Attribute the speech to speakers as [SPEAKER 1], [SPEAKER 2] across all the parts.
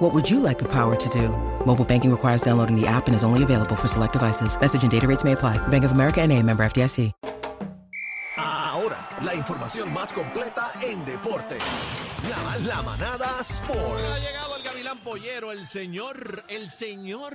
[SPEAKER 1] What would you like the power to do? Mobile banking requires downloading the app and is only available for select devices. Message and data rates may apply. Bank of America and a member FDIC.
[SPEAKER 2] Ahora, la información más completa en deporte. La, la manada
[SPEAKER 3] Ha
[SPEAKER 2] Sport.
[SPEAKER 3] llegado el Gavilán Pollero, el señor, el señor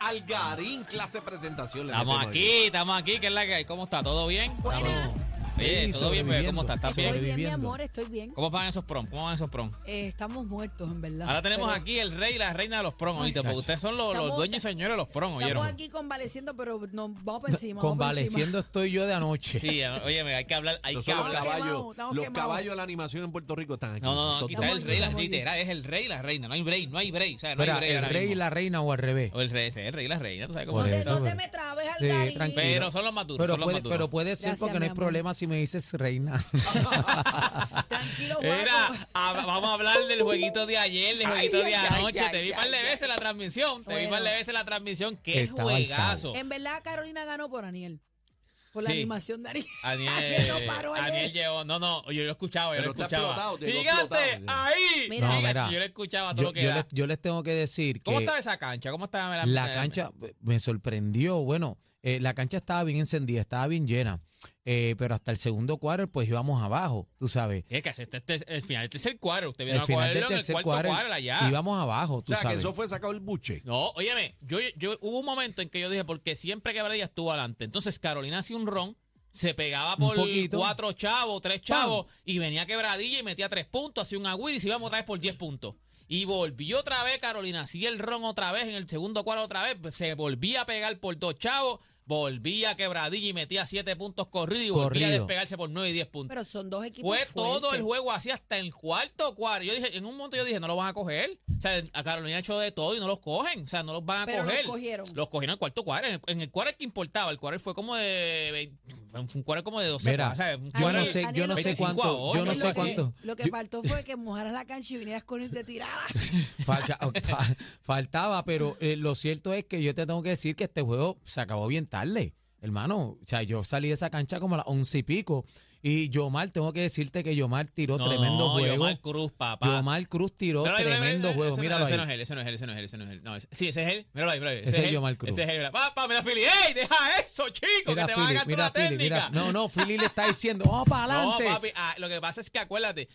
[SPEAKER 3] Algarín, clase de presentación. le
[SPEAKER 4] Estamos
[SPEAKER 3] metemos
[SPEAKER 4] aquí, estamos aquí, ¿qué es la que hay? ¿Cómo está? ¿Todo bien?
[SPEAKER 5] Buenas.
[SPEAKER 4] Oye,
[SPEAKER 3] Sí,
[SPEAKER 4] ¿todo bien, bebé? ¿Cómo está? ¿Estás
[SPEAKER 3] sobreviviendo.
[SPEAKER 4] bien?
[SPEAKER 5] Estoy bien, mi
[SPEAKER 3] Sobreviviendo.
[SPEAKER 5] amor, estoy bien.
[SPEAKER 4] ¿Cómo van esos prom? ¿Cómo van esos prom?
[SPEAKER 5] Eh, estamos muertos, en verdad.
[SPEAKER 4] Ahora tenemos
[SPEAKER 5] Pero
[SPEAKER 4] aquí el rey y la reina de los prom, oíste, porque ustedes son los, los
[SPEAKER 5] Estamos-
[SPEAKER 4] dueños y señores de los prom,
[SPEAKER 5] Estamos
[SPEAKER 4] ¿oyeron?
[SPEAKER 5] aquí convaleciendo, pero nos vamos para encima. vamos para
[SPEAKER 6] Convaleciendo estoy yo de anoche.
[SPEAKER 4] Sí, oye, hay que hablar, hay
[SPEAKER 3] Estos
[SPEAKER 4] que
[SPEAKER 3] son los
[SPEAKER 4] hablar.
[SPEAKER 5] quemados,
[SPEAKER 3] caballos,
[SPEAKER 5] estamos
[SPEAKER 3] los
[SPEAKER 5] quemados.
[SPEAKER 3] caballos de la animación en Puerto Rico están aquí.
[SPEAKER 4] No, no, no,
[SPEAKER 3] Estos
[SPEAKER 4] aquí
[SPEAKER 3] tipos.
[SPEAKER 4] está el rey, la,
[SPEAKER 5] Estamos aquí.
[SPEAKER 4] literal, es el rey y la reina, no hay break, no hay break, o sea, no
[SPEAKER 6] Mira,
[SPEAKER 4] hay break
[SPEAKER 6] el
[SPEAKER 4] ahora
[SPEAKER 6] rey y
[SPEAKER 4] mismo.
[SPEAKER 6] la reina o al revés.
[SPEAKER 4] O el rey, ese es el rey y la reina, tú sabes cómo
[SPEAKER 6] Por
[SPEAKER 5] encima.
[SPEAKER 4] es.
[SPEAKER 6] eso.
[SPEAKER 5] No te- no te me trabes al
[SPEAKER 6] Sí,
[SPEAKER 5] Garín.
[SPEAKER 6] tranquilo.
[SPEAKER 4] Pero son los maduros,
[SPEAKER 6] Pero
[SPEAKER 4] son los
[SPEAKER 6] puede,
[SPEAKER 4] maduros.
[SPEAKER 6] pero puede ser
[SPEAKER 5] Gracias,
[SPEAKER 6] porque no
[SPEAKER 5] mi
[SPEAKER 6] hay
[SPEAKER 5] amor.
[SPEAKER 6] problema si me dices reina.
[SPEAKER 5] Tranquilo, Juaco.
[SPEAKER 4] Mira, a- ah, vamos a hablar del jueguito de ayer, del jueguito de anoche. te vi un par de veces la transmisión, te vi un par de
[SPEAKER 5] Bueno.
[SPEAKER 4] veces la transmisión. ¡Qué
[SPEAKER 6] Estaba
[SPEAKER 4] juegazo! Em,
[SPEAKER 5] En verdad, Carolina ganó por Aniel. Por la
[SPEAKER 4] Sí.
[SPEAKER 5] animación de Aniel.
[SPEAKER 4] Aniel,
[SPEAKER 5] Aniel no paró ayer.
[SPEAKER 4] Aniel llegó, no, no, yo lo escuchaba, yo
[SPEAKER 3] Pero
[SPEAKER 4] lo
[SPEAKER 3] está
[SPEAKER 4] escuchaba.
[SPEAKER 3] explotado, llegó
[SPEAKER 4] ¡Gigante!
[SPEAKER 3] explotado.
[SPEAKER 4] ¡Ahí!
[SPEAKER 5] Mira.
[SPEAKER 4] Gigante,
[SPEAKER 6] No, mira.
[SPEAKER 4] yo lo escuchaba todo
[SPEAKER 6] yo,
[SPEAKER 4] lo que
[SPEAKER 6] yo
[SPEAKER 4] da.
[SPEAKER 6] les, yo les tengo que decir
[SPEAKER 4] ¿Cómo
[SPEAKER 6] que
[SPEAKER 4] estaba esa cancha? ¿Cómo estaba la,
[SPEAKER 6] la cancha me sorprendió. Bueno, eh, la cancha estaba bien encendida, estaba bien llena. Eh, pero hasta el segundo cuadro, pues íbamos abajo, tú sabes.
[SPEAKER 4] ¿Qué es que hace? Este, este- el final del tercer cuadro. Usted vieron
[SPEAKER 6] El
[SPEAKER 4] a
[SPEAKER 6] final
[SPEAKER 4] cuadro
[SPEAKER 6] del
[SPEAKER 4] en el
[SPEAKER 6] tercer
[SPEAKER 4] cuarto
[SPEAKER 6] cuadro
[SPEAKER 4] cuadro allá.
[SPEAKER 6] íbamos abajo,
[SPEAKER 3] O
[SPEAKER 6] tú
[SPEAKER 3] sea, que
[SPEAKER 6] sabes.
[SPEAKER 3] eso fue sacado el buche.
[SPEAKER 4] No, óyeme, yo, yo, hubo un momento en que yo dije, porque siempre que Brady estuvo adelante. Entonces Carolina hacía un ron, se pegaba por
[SPEAKER 6] poquito.
[SPEAKER 4] cuatro chavos, tres chavos, y venía quebradilla y metía tres puntos, hacía un agüir y se iba otra vez por diez puntos. Y volvió otra vez Carolina, hacía el ron otra vez, en el segundo cuadro otra vez, se volvía a pegar por dos chavos, volvía quebradilla y metía siete puntos corridos y volvía a
[SPEAKER 6] Corrido.
[SPEAKER 4] despegarse por nueve y diez puntos.
[SPEAKER 5] Pero son dos equipos.
[SPEAKER 4] Fue todo
[SPEAKER 5] fuertes.
[SPEAKER 4] el juego así hasta el cuarto cuarto. Yo dije, en un momento yo dije, no lo van a coger. O sea, a Carolina ha hecho de todo y no los cogen. O sea, no los van a
[SPEAKER 5] Pero los
[SPEAKER 4] coger.
[SPEAKER 5] cogieron.
[SPEAKER 4] Los cogieron en el cuarto cuarto. En el, en el cuarto que importaba. El cuarto fue como de. 20 fue un cuarto como de 12. o sea,
[SPEAKER 6] Mira,
[SPEAKER 4] un
[SPEAKER 6] yo
[SPEAKER 4] quarter-
[SPEAKER 6] no
[SPEAKER 5] Aniel-
[SPEAKER 6] sé, yo
[SPEAKER 5] Aniel
[SPEAKER 6] no sé
[SPEAKER 4] 25 a
[SPEAKER 6] cuánto,
[SPEAKER 4] ocho,
[SPEAKER 6] yo no
[SPEAKER 5] Lo
[SPEAKER 6] sé
[SPEAKER 5] que-
[SPEAKER 6] cuánto.
[SPEAKER 5] Lo que
[SPEAKER 6] yo-
[SPEAKER 5] faltó fue que mojaras la cancha y vinieras con irte tirada.
[SPEAKER 6] Falca- fa- faltaba, pero eh, lo cierto es que yo te tengo que decir que este juego se acabó bien tarde, hermano. O sea, yo salí de esa cancha como a las once y pico. Y Yomar, tengo que decirte que Yomar tiró
[SPEAKER 4] No,
[SPEAKER 6] tremendo
[SPEAKER 4] no,
[SPEAKER 6] juego.
[SPEAKER 4] Yomar Cruz, papá.
[SPEAKER 6] Yomar Cruz tiró
[SPEAKER 4] Míralo ahí, míralo ahí,
[SPEAKER 6] tremendo
[SPEAKER 4] ese-
[SPEAKER 6] juego.
[SPEAKER 4] ese no-
[SPEAKER 6] Míralo
[SPEAKER 4] Ese no es
[SPEAKER 6] ahí.
[SPEAKER 4] él, ese no es él, ese no es él, ese no es él. No, ese- sí, ese es él. Míralo ahí, míralo ahí.
[SPEAKER 6] Ese es
[SPEAKER 4] él,
[SPEAKER 6] Yomar Cruz.
[SPEAKER 4] Ese es él. mira, Papá, mira Fili. ¡Ey, deja eso, chico!
[SPEAKER 6] Mira,
[SPEAKER 4] que te van a
[SPEAKER 6] Philly,
[SPEAKER 4] gastar
[SPEAKER 6] mira,
[SPEAKER 4] una
[SPEAKER 6] Philly,
[SPEAKER 4] técnica.
[SPEAKER 6] mira. No, no, Philly le está diciendo, vamos para adelante.
[SPEAKER 4] No, papi, ah, lo que pasa es que acuérdate,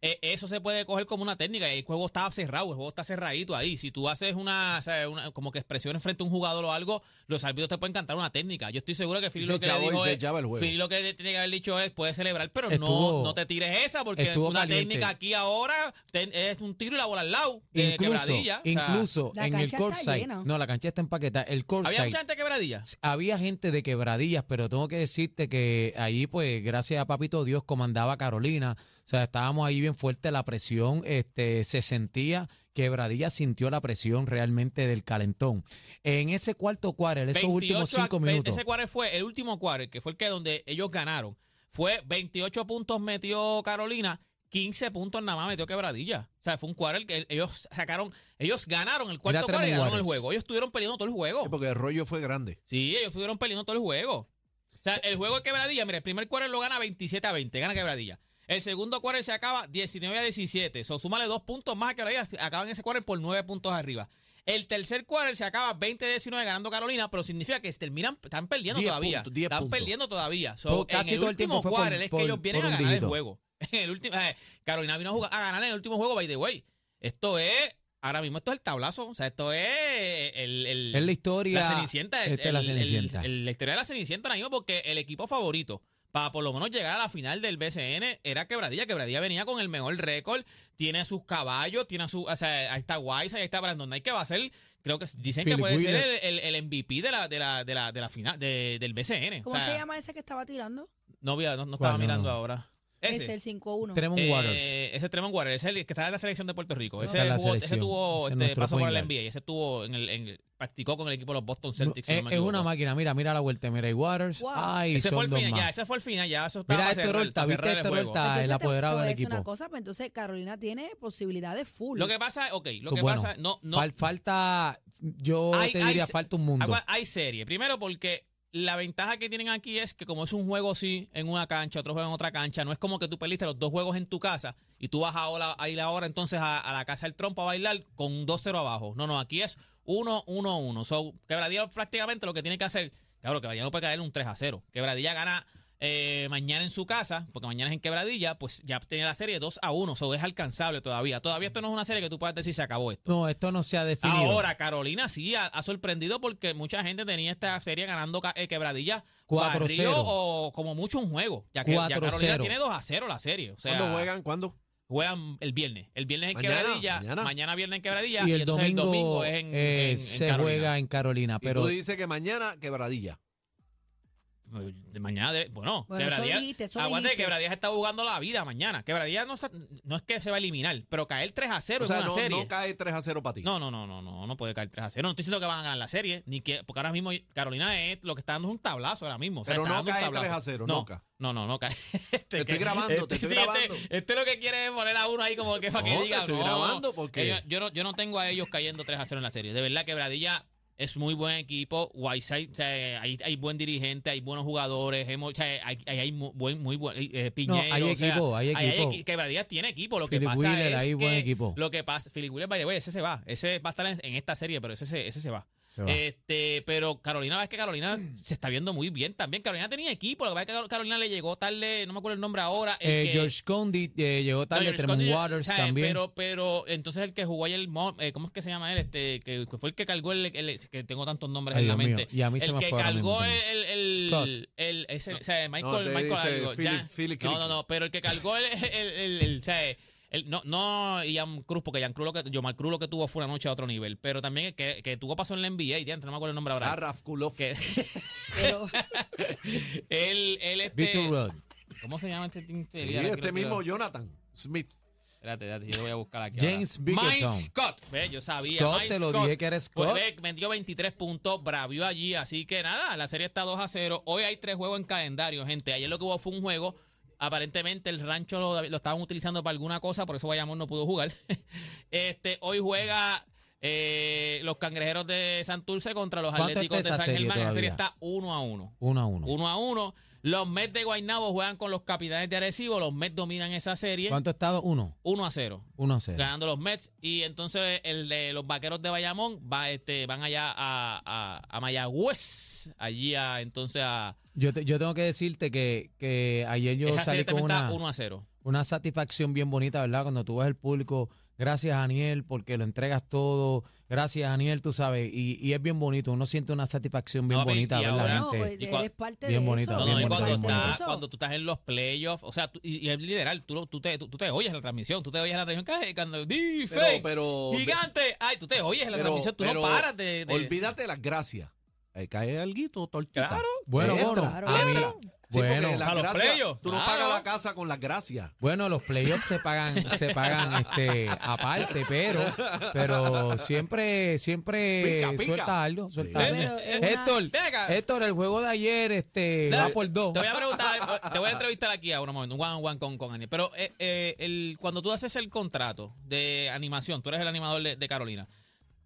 [SPEAKER 4] eh, eso se puede coger como una técnica. El juego está cerrado, el juego está cerradito ahí. Si tú haces una, o sea, una- como que expresiones frente a un jugador o algo, los árbitros te pueden cantar una técnica. Yo estoy seguro que Fili
[SPEAKER 3] Se
[SPEAKER 4] lo que le
[SPEAKER 3] echaba y
[SPEAKER 4] dijo
[SPEAKER 3] se
[SPEAKER 4] es-
[SPEAKER 3] echaba el juego.
[SPEAKER 4] Philly lo que le tiene que haber dicho es, puedes celebrar, pero no,
[SPEAKER 6] Estuvo-
[SPEAKER 4] no te tires esa, porque
[SPEAKER 6] estuvo
[SPEAKER 4] una
[SPEAKER 6] caliente.
[SPEAKER 4] técnica aquí ahora ten- es un tiro y la bola al lado. De
[SPEAKER 6] incluso,
[SPEAKER 4] quebradilla. O sea,
[SPEAKER 6] incluso
[SPEAKER 5] La
[SPEAKER 6] en el
[SPEAKER 5] cancha está
[SPEAKER 6] courtside.
[SPEAKER 5] llena.
[SPEAKER 6] No, la cancha está empaquetada. El
[SPEAKER 4] había
[SPEAKER 6] courtside.
[SPEAKER 4] mucha gente quebradilla.
[SPEAKER 6] Había gente de quebradillas, pero tengo que decirte que ahí, pues, gracias a Papito Dios, comandaba Carolina. O sea, estábamos ahí bien fuerte, la presión este, se sentía. Quebradilla sintió la presión realmente del calentón. En ese cuarto cuarto, esos
[SPEAKER 4] 28
[SPEAKER 6] últimos
[SPEAKER 4] a-
[SPEAKER 6] cinco
[SPEAKER 4] ve-
[SPEAKER 6] minutos.
[SPEAKER 4] Ese cuarto fue el último cuarto, que fue el que donde ellos ganaron. Fue 28 puntos metió Carolina, 15 puntos nada más metió Quebradilla. O sea, fue un cuarto que el- ellos sacaron, ellos ganaron el cuarto
[SPEAKER 6] Era
[SPEAKER 4] cuarto y
[SPEAKER 6] tremendo
[SPEAKER 4] ganaron el
[SPEAKER 6] quarters.
[SPEAKER 4] juego. Ellos estuvieron peleando todo el
[SPEAKER 3] Sí,
[SPEAKER 4] juego.
[SPEAKER 3] Porque el rollo fue grande.
[SPEAKER 4] Sí, ellos estuvieron peleando todo el juego. O sea, el juego de Quebradilla, mira, el primer cuarto lo gana 27 a 20, gana Quebradilla. El segundo cuarto se acaba 19 a 17. So, súmale dos puntos más a Quebradilla, se- acaban ese cuarto por nueve puntos arriba. El tercer cuarto se acaba 20 a 19 ganando Carolina, pero significa que terminan, están perdiendo
[SPEAKER 3] Diez
[SPEAKER 4] todavía.
[SPEAKER 3] puntos, diez
[SPEAKER 4] están
[SPEAKER 3] puntos.
[SPEAKER 4] perdiendo todavía. So,
[SPEAKER 6] Todo-
[SPEAKER 4] en
[SPEAKER 6] casi
[SPEAKER 4] el
[SPEAKER 6] todo el
[SPEAKER 4] último
[SPEAKER 6] tiempo fue por-
[SPEAKER 4] cuarto es que
[SPEAKER 6] por-
[SPEAKER 4] ellos vienen
[SPEAKER 6] por
[SPEAKER 4] a
[SPEAKER 6] un
[SPEAKER 4] ganar el
[SPEAKER 6] dígito.
[SPEAKER 4] juego. En el último, eh, Carolina vino a, jugar- a ganar en el último juego, by the way. Esto es, ahora mismo esto es el tablazo. O sea, esto es el- el,
[SPEAKER 6] Es la historia.
[SPEAKER 4] la Cenicienta es
[SPEAKER 6] esta es este, la Cenicienta.
[SPEAKER 4] la historia de la Cenicienta ahora mismo porque el equipo favorito para por lo menos llegar a la final del BCN era Quebradilla. Quebradilla venía con el mejor récord, tiene a sus caballos, tiene a su, o sea, ahí está Wise, ahí está Brandon Knight que va a ser, creo que dicen que
[SPEAKER 6] Philip
[SPEAKER 4] puede ser
[SPEAKER 6] Wheeler.
[SPEAKER 4] el, el- el MVP de la, de la, de la, de la final de- del BCN. O
[SPEAKER 5] ¿Cómo
[SPEAKER 4] sea,
[SPEAKER 5] se llama ese que estaba tirando?
[SPEAKER 4] No, había- no, no estaba
[SPEAKER 6] ¿Cuál? No,
[SPEAKER 4] mirando
[SPEAKER 6] no.
[SPEAKER 4] ahora.
[SPEAKER 5] Ese
[SPEAKER 4] Ese.
[SPEAKER 5] es el 5-1.
[SPEAKER 6] Tremont
[SPEAKER 4] Eh,
[SPEAKER 6] Waters.
[SPEAKER 4] ese es Tremont Waters, ese es el que está en la selección de Puerto Rico.
[SPEAKER 6] Está
[SPEAKER 4] Ese,
[SPEAKER 6] en la
[SPEAKER 4] jugó- ese
[SPEAKER 6] selección.
[SPEAKER 4] tuvo
[SPEAKER 6] Ese es
[SPEAKER 4] este,
[SPEAKER 6] nuestro
[SPEAKER 4] paso por el
[SPEAKER 6] point
[SPEAKER 4] NBA, ese estuvo en el, en- practicó con el equipo de los Boston
[SPEAKER 6] No, eh,
[SPEAKER 4] Celtics. si no
[SPEAKER 6] es,
[SPEAKER 4] me
[SPEAKER 6] es
[SPEAKER 4] equivoco.
[SPEAKER 6] una máquina, mira, mira la vuelta, mira, y Waters.
[SPEAKER 5] Wow.
[SPEAKER 6] Ay,
[SPEAKER 4] Ese fue
[SPEAKER 6] son
[SPEAKER 4] el
[SPEAKER 6] dos
[SPEAKER 4] final, ya,
[SPEAKER 6] más.
[SPEAKER 4] ese fue el final, ya eso estaba
[SPEAKER 6] Mira,
[SPEAKER 4] para
[SPEAKER 6] Héctor
[SPEAKER 4] cerrar-
[SPEAKER 6] Horta,
[SPEAKER 4] para
[SPEAKER 6] ¿viste este
[SPEAKER 4] cerrar el
[SPEAKER 6] Héctor
[SPEAKER 4] juego.
[SPEAKER 6] Horta, el
[SPEAKER 5] te-
[SPEAKER 6] apoderado
[SPEAKER 5] te voy
[SPEAKER 6] del
[SPEAKER 5] a decir una
[SPEAKER 6] equipo?
[SPEAKER 5] cosa, pero entonces Carolina tiene posibilidades full.
[SPEAKER 4] Lo que pasa, ok, lo
[SPEAKER 6] Tú,
[SPEAKER 4] que
[SPEAKER 6] Pues bueno,
[SPEAKER 4] pasa, no, no,
[SPEAKER 6] fal- falta, yo
[SPEAKER 4] Hay-
[SPEAKER 6] te
[SPEAKER 4] hay
[SPEAKER 6] diría,
[SPEAKER 4] se-
[SPEAKER 6] falta un mundo.
[SPEAKER 4] Agua- Hay serie. Primero porque la ventaja que tienen aquí es que como es un juego sí en una cancha, otro juego en otra cancha, no es como que tú perdiste los dos juegos en tu casa y tú vas ahora, a ir ahora entonces a, a la casa del trompo a bailar con un 2-0 abajo. No, no, aquí es 1-1-1. So, quebradilla prácticamente lo que tiene que hacer, claro, quebradilla no puede caer un 3-0. Quebradilla gana eh, mañana en su casa, porque mañana es en quebradilla, pues ya tiene la serie 2-1. So, es alcanzable todavía. Todavía esto no es una serie que tú puedas decir se acabó esto.
[SPEAKER 6] No, esto no se ha definido.
[SPEAKER 4] Ahora, Carolina sí ha, ha sorprendido porque mucha gente tenía esta serie ganando ca- eh, quebradilla
[SPEAKER 6] 4-0.
[SPEAKER 4] barrido o como mucho un juego. Ya que ya
[SPEAKER 6] 4-0.
[SPEAKER 4] Carolina tiene 2 a 0 la serie. O sea,
[SPEAKER 2] ¿Cuándo juegan? ¿Cuándo?
[SPEAKER 4] juegan el viernes. El viernes en
[SPEAKER 2] Mañana,
[SPEAKER 4] quebradilla,
[SPEAKER 2] mañana.
[SPEAKER 4] mañana. viernes en quebradilla
[SPEAKER 6] y el
[SPEAKER 4] entonces
[SPEAKER 6] domingo,
[SPEAKER 4] es en,
[SPEAKER 6] eh,
[SPEAKER 4] en- en
[SPEAKER 6] se
[SPEAKER 4] Carolina.
[SPEAKER 6] juega en Carolina.
[SPEAKER 2] y
[SPEAKER 6] Pero
[SPEAKER 2] tú dices que mañana quebradilla.
[SPEAKER 4] De mañana, de- bueno,
[SPEAKER 5] Bueno, eso
[SPEAKER 4] quebradilla.
[SPEAKER 5] dijiste, eso
[SPEAKER 4] aguante que
[SPEAKER 5] dijiste.
[SPEAKER 4] quebradilla se está jugando la vida mañana. Quebradilla no, está- no es que se va a eliminar, pero caer 3 a 0
[SPEAKER 2] O sea,
[SPEAKER 4] en una
[SPEAKER 2] no,
[SPEAKER 4] serie.
[SPEAKER 2] no cae 3 a 0 para ti.
[SPEAKER 4] No, no, no, no, no, no puede caer 3 a 0. No estoy diciendo que van a ganar la serie, ni que, porque ahora mismo Carolina es lo que está dando es un tablazo ahora mismo. o sea,
[SPEAKER 2] Pero
[SPEAKER 4] está
[SPEAKER 2] no
[SPEAKER 4] dando un
[SPEAKER 2] cae
[SPEAKER 4] tablazo.
[SPEAKER 2] 3 a 0,
[SPEAKER 4] no,
[SPEAKER 2] no cae.
[SPEAKER 4] No, no, no cae. Este,
[SPEAKER 2] estoy grabando, te estoy
[SPEAKER 4] sí,
[SPEAKER 2] grabando.
[SPEAKER 4] Este, este lo que quiere es poner a uno ahí como que para
[SPEAKER 2] No,
[SPEAKER 4] que
[SPEAKER 2] te
[SPEAKER 4] diga.
[SPEAKER 2] estoy grabando, porque-
[SPEAKER 4] Ellos- yo, no, yo no tengo a ellos cayendo 3 a 0 en la serie. De verdad, Quebradilla es muy buen equipo. Whiteside, o sea, hay, hay buen dirigente, hay buenos jugadores. hemos- o sea, hay, hay, hay muy buen, muy buen eh, Piñero.
[SPEAKER 6] hay
[SPEAKER 4] o sea,
[SPEAKER 6] equipo, hay equipo.
[SPEAKER 4] equi- Quebradilla tiene equipo. Lo que
[SPEAKER 6] Philip
[SPEAKER 4] pasa
[SPEAKER 6] Wheeler,
[SPEAKER 4] es
[SPEAKER 6] hay
[SPEAKER 4] que
[SPEAKER 6] buen equipo.
[SPEAKER 4] lo que pasa, Philip Williams, by the way, ese se va. Ese va a estar en, en esta serie, pero ese se, ese se va.
[SPEAKER 2] eh,
[SPEAKER 6] Se va.
[SPEAKER 4] Este, pero Carolina, es que Carolina se está viendo muy bien también. Carolina tenía equipo, lo que pasa es que Carolina le llegó tarde, no me acuerdo el nombre ahora. el
[SPEAKER 6] eh,
[SPEAKER 4] que-
[SPEAKER 6] George Condi eh, llegó
[SPEAKER 4] no,
[SPEAKER 6] tarde,
[SPEAKER 4] George
[SPEAKER 6] Tremont
[SPEAKER 4] Condi,
[SPEAKER 6] Waters
[SPEAKER 4] ¿sabes?
[SPEAKER 6] también.
[SPEAKER 4] Pero, pero entonces el que jugó ayer, el Mo- eh, ¿cómo es que se llama él? Este, que que fue el que cargó el, el- que tengo tantos nombres
[SPEAKER 6] Ay,
[SPEAKER 4] en la
[SPEAKER 6] Dios mío,
[SPEAKER 4] mente.
[SPEAKER 6] y a mí
[SPEAKER 4] el
[SPEAKER 6] se me
[SPEAKER 4] que
[SPEAKER 6] fue ahora
[SPEAKER 4] cargó
[SPEAKER 6] mismo
[SPEAKER 4] el,
[SPEAKER 6] también.
[SPEAKER 4] el-
[SPEAKER 6] Scott.
[SPEAKER 4] el- ese- o sea,
[SPEAKER 2] No,
[SPEAKER 4] Michael,
[SPEAKER 2] te
[SPEAKER 4] Michael
[SPEAKER 2] dice
[SPEAKER 4] algo,
[SPEAKER 2] Philip-
[SPEAKER 4] ya.
[SPEAKER 2] Philip
[SPEAKER 4] no,
[SPEAKER 2] Cricket.
[SPEAKER 4] no, no, pero el que cargó el, el, el- el- o sea, el- no, no Ian Cruz, porque Ian Cruz lo que, Yomar Cruz lo que tuvo fue una noche a otro nivel, pero también el que, que tuvo paso en la NBA, ya, no me acuerdo el nombre
[SPEAKER 2] Ah,
[SPEAKER 4] ahora.
[SPEAKER 2] Rafkulov.
[SPEAKER 4] que
[SPEAKER 5] Pero,
[SPEAKER 4] él, él
[SPEAKER 6] Victor
[SPEAKER 4] este,
[SPEAKER 6] Rudd.
[SPEAKER 4] ¿Cómo se llama este
[SPEAKER 2] Sí,
[SPEAKER 4] tintería? Ahora
[SPEAKER 2] este
[SPEAKER 4] quiero- quiero-
[SPEAKER 2] mismo Jonathan Smith.
[SPEAKER 4] Espérate, espérate, yo voy a buscar aquí.
[SPEAKER 6] James
[SPEAKER 4] ahora. Mike
[SPEAKER 6] Bickerton.
[SPEAKER 4] Scott. Ve, yo sabía.
[SPEAKER 6] Scott,
[SPEAKER 4] Mike
[SPEAKER 6] te lo
[SPEAKER 4] Scott.
[SPEAKER 6] dije que era Scott.
[SPEAKER 4] Pues, ve, metió 23 puntos, bravió allí. Así que nada, la serie está 2 a 0. Hoy hay tres juegos en calendario, gente. Ayer lo que hubo fue un juego. Aparentemente el rancho lo, lo estaban utilizando para alguna cosa, por eso Bayamón no pudo jugar. este Hoy juega eh, los cangrejeros de Santurce contra los
[SPEAKER 6] ¿Cuánto está
[SPEAKER 4] atléticos de
[SPEAKER 6] esa
[SPEAKER 4] San
[SPEAKER 6] serie
[SPEAKER 4] Germán. La serie
[SPEAKER 6] todavía?
[SPEAKER 4] está 1 a 1.
[SPEAKER 6] Uno a uno.
[SPEAKER 4] 1 a 1. Los Mets de Guaynabo juegan con los capitanes de Arecibo. Los Mets dominan esa serie.
[SPEAKER 6] ¿Cuánto ha estado? Uno.
[SPEAKER 4] 1 a 0
[SPEAKER 6] Uno a cero.
[SPEAKER 4] ganando los Mets. Y entonces el de los vaqueros de Bayamón va, este, van allá a, a- a Mayagüez. Allí a, entonces a.
[SPEAKER 6] Yo, te- yo tengo que decirte que, que ayer yo
[SPEAKER 4] esa
[SPEAKER 6] salí
[SPEAKER 4] serie
[SPEAKER 6] con
[SPEAKER 4] también
[SPEAKER 6] una,
[SPEAKER 4] está 1 a 0.
[SPEAKER 6] una satisfacción bien bonita, ¿verdad? Cuando tú ves el público, gracias Aniel, porque lo entregas todo, gracias Aniel, tú sabes, y, y es bien bonito, uno siente una satisfacción bien
[SPEAKER 4] No, papi,
[SPEAKER 6] bonita,
[SPEAKER 4] y
[SPEAKER 6] ¿verdad?
[SPEAKER 4] ahora-
[SPEAKER 5] no, pues,
[SPEAKER 6] gente?
[SPEAKER 4] Y cua-
[SPEAKER 5] eres parte
[SPEAKER 6] bien
[SPEAKER 5] de
[SPEAKER 6] bonito,
[SPEAKER 5] eso.
[SPEAKER 4] No,
[SPEAKER 6] bien
[SPEAKER 4] no, y
[SPEAKER 5] eres
[SPEAKER 6] bonito,
[SPEAKER 4] cuando,
[SPEAKER 5] parte
[SPEAKER 6] bien
[SPEAKER 5] de
[SPEAKER 4] está-
[SPEAKER 5] eso.
[SPEAKER 4] cuando tú estás en los playoffs, o sea, tú- y, y es literal, tú, lo- tú, te, tú, tú te oyes en la transmisión, tú te oyes en la transmisión, ca- cuando di
[SPEAKER 2] Pero-
[SPEAKER 4] fake,
[SPEAKER 2] pero-
[SPEAKER 4] gigante, ay, tú te oyes en la
[SPEAKER 2] Pero-
[SPEAKER 4] transmisión, tú
[SPEAKER 2] pero
[SPEAKER 4] no paras de, ¿eh? de-
[SPEAKER 2] Olvídate las gracias. Ahí cae alguito, tortita.
[SPEAKER 4] Claro.
[SPEAKER 6] Bueno,
[SPEAKER 2] Entra.
[SPEAKER 6] Bono,
[SPEAKER 5] claro,
[SPEAKER 6] a mí-
[SPEAKER 5] entra.
[SPEAKER 2] Sí, porque
[SPEAKER 6] bueno,
[SPEAKER 2] las
[SPEAKER 4] A los
[SPEAKER 2] gracias-
[SPEAKER 4] playoffs,
[SPEAKER 2] Tú no
[SPEAKER 4] claro.
[SPEAKER 2] pagas la casa con las gracias.
[SPEAKER 6] Bueno, los playoffs se pagan, se pagan este, aparte, pero, pero siempre, siempre
[SPEAKER 2] Pica, pica.
[SPEAKER 6] suelta algo, suelta
[SPEAKER 5] Sí.
[SPEAKER 6] algo.
[SPEAKER 5] Pero es
[SPEAKER 6] Héctor,
[SPEAKER 4] eh, una- Venga.
[SPEAKER 6] Héctor, el juego de ayer, este, va
[SPEAKER 4] Dale,
[SPEAKER 6] por dos.
[SPEAKER 4] Eh, Te voy a preguntar, te voy a entrevistar aquí ahora un momento, un one on one con, con Aniel. Pero eh, eh, el, cuando tú haces el contrato de animación, tú eres el animador de, de Carolina,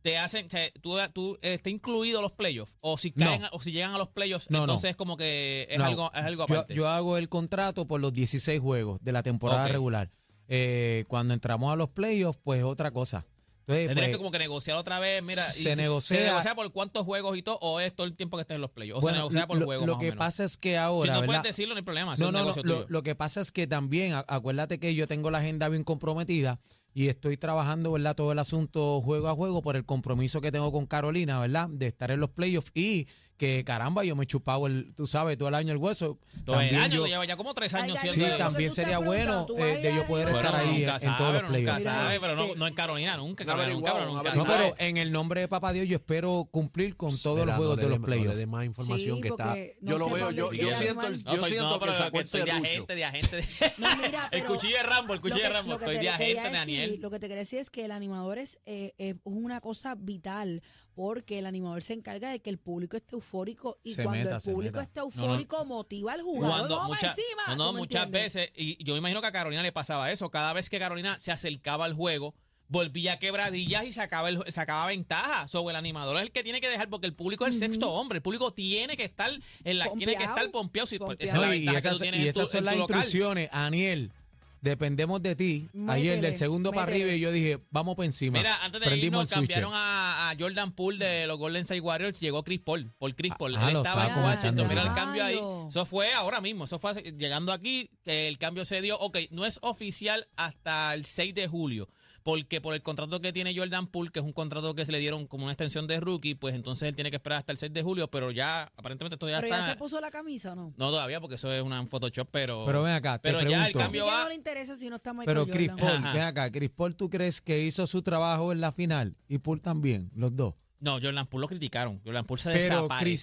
[SPEAKER 4] te hacen, te- tú, tú eh, está incluido los playoffs. O si caen,
[SPEAKER 6] No.
[SPEAKER 4] o si llegan a los playoffs,
[SPEAKER 6] No, no.
[SPEAKER 4] entonces es como que es
[SPEAKER 6] No,
[SPEAKER 4] algo, es algo
[SPEAKER 6] yo-
[SPEAKER 4] aparte.
[SPEAKER 6] Yo, hago el contrato por los 16 juegos de la temporada
[SPEAKER 4] Ok.
[SPEAKER 6] regular. Eh, cuando entramos a los playoffs, pues otra cosa. Entonces,
[SPEAKER 4] Tendrías
[SPEAKER 6] pues,
[SPEAKER 4] que como que negociar otra vez, mira.
[SPEAKER 6] se negocia-
[SPEAKER 4] se negocia por cuántos juegos y todo, o es todo el tiempo que estés en los playoffs. O
[SPEAKER 6] bueno,
[SPEAKER 4] se negocia por
[SPEAKER 6] lo,
[SPEAKER 4] juegos
[SPEAKER 6] lo
[SPEAKER 4] más o
[SPEAKER 6] que
[SPEAKER 4] menos.
[SPEAKER 6] pasa es que ahora,
[SPEAKER 4] si no
[SPEAKER 6] ¿verdad?
[SPEAKER 4] puedes decirlo, no hay problema. eso
[SPEAKER 6] No,
[SPEAKER 4] es un
[SPEAKER 6] no, no.
[SPEAKER 4] negocio
[SPEAKER 6] Lo,
[SPEAKER 4] tuyo.
[SPEAKER 6] lo que pasa es que también, a- acuérdate que yo tengo la agenda bien comprometida y estoy trabajando, ¿verdad? Todo el asunto juego a juego por el compromiso que tengo con Carolina, ¿verdad? De estar en los playoffs y que caramba, yo me he chupado el, tú sabes, todo el año el hueso.
[SPEAKER 4] Todo el
[SPEAKER 6] También
[SPEAKER 4] año
[SPEAKER 6] yo-
[SPEAKER 4] que lleva ya como tres
[SPEAKER 5] Ay,
[SPEAKER 4] años
[SPEAKER 5] ay,
[SPEAKER 6] sí,
[SPEAKER 4] siendo.
[SPEAKER 5] Lo que tú
[SPEAKER 6] también
[SPEAKER 5] estás
[SPEAKER 6] sería bueno
[SPEAKER 5] preguntando, ¿tú
[SPEAKER 6] eh,
[SPEAKER 5] vas a
[SPEAKER 6] de
[SPEAKER 5] ir
[SPEAKER 6] yo
[SPEAKER 5] a
[SPEAKER 6] poder
[SPEAKER 5] Bueno,
[SPEAKER 6] estar ahí en,
[SPEAKER 4] nunca
[SPEAKER 6] en todos
[SPEAKER 4] sabe,
[SPEAKER 6] los
[SPEAKER 4] nunca
[SPEAKER 6] playoffs.
[SPEAKER 4] sabe,
[SPEAKER 5] Mira,
[SPEAKER 4] pero no,
[SPEAKER 5] este-
[SPEAKER 4] no en Carolina, nunca, en
[SPEAKER 2] No
[SPEAKER 4] Carolina, nunca, pero
[SPEAKER 2] averiguaron,
[SPEAKER 4] nunca
[SPEAKER 6] No,
[SPEAKER 2] averiguaron.
[SPEAKER 4] sabe.
[SPEAKER 6] pero en el nombre de Papá Dios yo espero cumplir con todos
[SPEAKER 2] Mira,
[SPEAKER 6] los juegos
[SPEAKER 2] no
[SPEAKER 6] de
[SPEAKER 2] le
[SPEAKER 6] los
[SPEAKER 2] dé-
[SPEAKER 6] playoffs.
[SPEAKER 2] No le dé más información
[SPEAKER 5] Sí,
[SPEAKER 2] que está.
[SPEAKER 5] porque no
[SPEAKER 2] Yo lo
[SPEAKER 5] sé
[SPEAKER 2] veo,
[SPEAKER 5] para
[SPEAKER 2] yo,
[SPEAKER 5] dónde
[SPEAKER 2] yo
[SPEAKER 5] queda
[SPEAKER 2] siento, el,
[SPEAKER 4] No,
[SPEAKER 5] el
[SPEAKER 2] yo
[SPEAKER 4] estoy-
[SPEAKER 2] siento
[SPEAKER 4] no,
[SPEAKER 2] que
[SPEAKER 4] pero
[SPEAKER 2] sacó este
[SPEAKER 4] que
[SPEAKER 2] el
[SPEAKER 4] estoy de
[SPEAKER 2] serrucho.
[SPEAKER 4] agente, de agente. de-
[SPEAKER 5] No, mira,
[SPEAKER 4] el
[SPEAKER 5] pero
[SPEAKER 4] cuchillo de Rambo, el
[SPEAKER 5] lo
[SPEAKER 4] cuchillo
[SPEAKER 5] que-
[SPEAKER 4] de Rambo.
[SPEAKER 5] lo que
[SPEAKER 4] Estoy
[SPEAKER 5] te
[SPEAKER 4] de agente
[SPEAKER 5] quería
[SPEAKER 4] de
[SPEAKER 5] decir-
[SPEAKER 4] Daniel.
[SPEAKER 5] Lo que te quería decir es que el animador es, eh, es una cosa vital porque el animador se encarga de que el público esté eufórico y
[SPEAKER 6] Se
[SPEAKER 5] cuando
[SPEAKER 6] meta,
[SPEAKER 5] el
[SPEAKER 6] se
[SPEAKER 5] público
[SPEAKER 6] meta.
[SPEAKER 5] está eufórico motiva al jugador.
[SPEAKER 4] Cuando
[SPEAKER 5] ¡Vamos
[SPEAKER 4] mucha-
[SPEAKER 5] encima!
[SPEAKER 4] no,
[SPEAKER 5] ¿Tú
[SPEAKER 4] no,
[SPEAKER 5] me
[SPEAKER 4] muchas
[SPEAKER 5] entiendes?
[SPEAKER 4] veces, y yo me imagino que a Carolina le pasaba eso, cada vez que Carolina se acercaba al juego, volvía a quebradillas y sacaba, el- sacaba ventaja sobre el animador. Es el que tiene que dejar, porque el público es el sexto hombre, el público tiene que estar en la, tiene que
[SPEAKER 5] Pompeado,
[SPEAKER 4] estar pompeado. Si-
[SPEAKER 5] pompeado.
[SPEAKER 4] Esa es la
[SPEAKER 6] No, y
[SPEAKER 4] ventaja que tú
[SPEAKER 6] esas,
[SPEAKER 4] tienes
[SPEAKER 6] y
[SPEAKER 4] en tu-
[SPEAKER 6] esas son
[SPEAKER 4] en
[SPEAKER 6] las
[SPEAKER 4] tu local.
[SPEAKER 6] instrucciones, Aniel. Dependemos de ti. Ayer del
[SPEAKER 5] Métele,
[SPEAKER 6] segundo para
[SPEAKER 5] métele.
[SPEAKER 6] arriba y yo dije, vamos para encima.
[SPEAKER 4] Mira, antes de irnos, cambiaron a, a Jordan Poole de los Golden State Warriors, llegó Chris Paul, por Chris Paul.
[SPEAKER 6] Ah,
[SPEAKER 4] Él
[SPEAKER 6] lo
[SPEAKER 4] estaba en
[SPEAKER 6] estaba
[SPEAKER 4] Washington,
[SPEAKER 6] comentando.
[SPEAKER 4] mira el cambio ahí.
[SPEAKER 5] Claro.
[SPEAKER 4] Eso fue ahora mismo, eso fue hace- llegando aquí, que el cambio se dio. Ok, no es oficial hasta el 6 de julio, porque por el contrato que tiene Jordan Poole, que es un contrato que se le dieron como una extensión de rookie, pues entonces él tiene que esperar hasta el 6 de julio, pero ya, aparentemente esto ya
[SPEAKER 5] Pero ya se
[SPEAKER 4] está...
[SPEAKER 5] puso la camisa o no.
[SPEAKER 4] No todavía, porque eso es una un Photoshop, pero...
[SPEAKER 6] Pero ven acá, te
[SPEAKER 4] Pero ya el
[SPEAKER 6] pregunto.
[SPEAKER 5] Así que
[SPEAKER 4] cambio va...
[SPEAKER 5] no le interesa si no está Michael
[SPEAKER 6] Pero Chris
[SPEAKER 5] Jordan.
[SPEAKER 6] Paul,
[SPEAKER 4] Ajá.
[SPEAKER 6] ven acá, Chris Paul, ¿tú crees que hizo su trabajo en la final? Y Paul también, los dos.
[SPEAKER 4] No, Jordan Poole lo criticaron. Jordan Poole se
[SPEAKER 6] Pero Chris-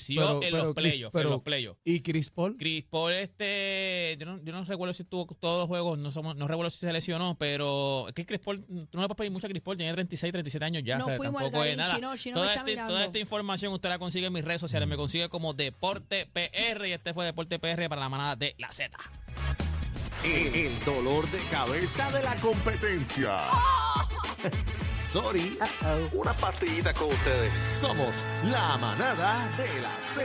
[SPEAKER 4] desapareció
[SPEAKER 6] pero-
[SPEAKER 4] en
[SPEAKER 6] pero
[SPEAKER 4] los
[SPEAKER 6] Chris-
[SPEAKER 4] playoffs, en
[SPEAKER 6] pero-
[SPEAKER 4] los playoffs.
[SPEAKER 6] ¿Y Chris Paul?
[SPEAKER 4] Chris Paul, este, yo no, yo no recuerdo si tuvo todos los juegos, no somos, no recuerdo si se lesionó, pero es que Chris Paul, tú no le puedes pedir mucho a Chris Paul, tiene 36, 37 años ya,
[SPEAKER 5] No
[SPEAKER 4] o sea,
[SPEAKER 5] fuimos al
[SPEAKER 4] tampoco es
[SPEAKER 5] Garín,
[SPEAKER 4] nada.
[SPEAKER 5] Chino, Chino me
[SPEAKER 4] toda,
[SPEAKER 5] está
[SPEAKER 4] este-
[SPEAKER 5] mirando.
[SPEAKER 4] toda esta información usted la consigue en mis redes sociales, me consigue como Deporte PR y este fue Deporte PR para la manada de la Z.
[SPEAKER 7] El dolor de cabeza de la competencia. Sorry. Una partidita con ustedes. Somos la manada de la C.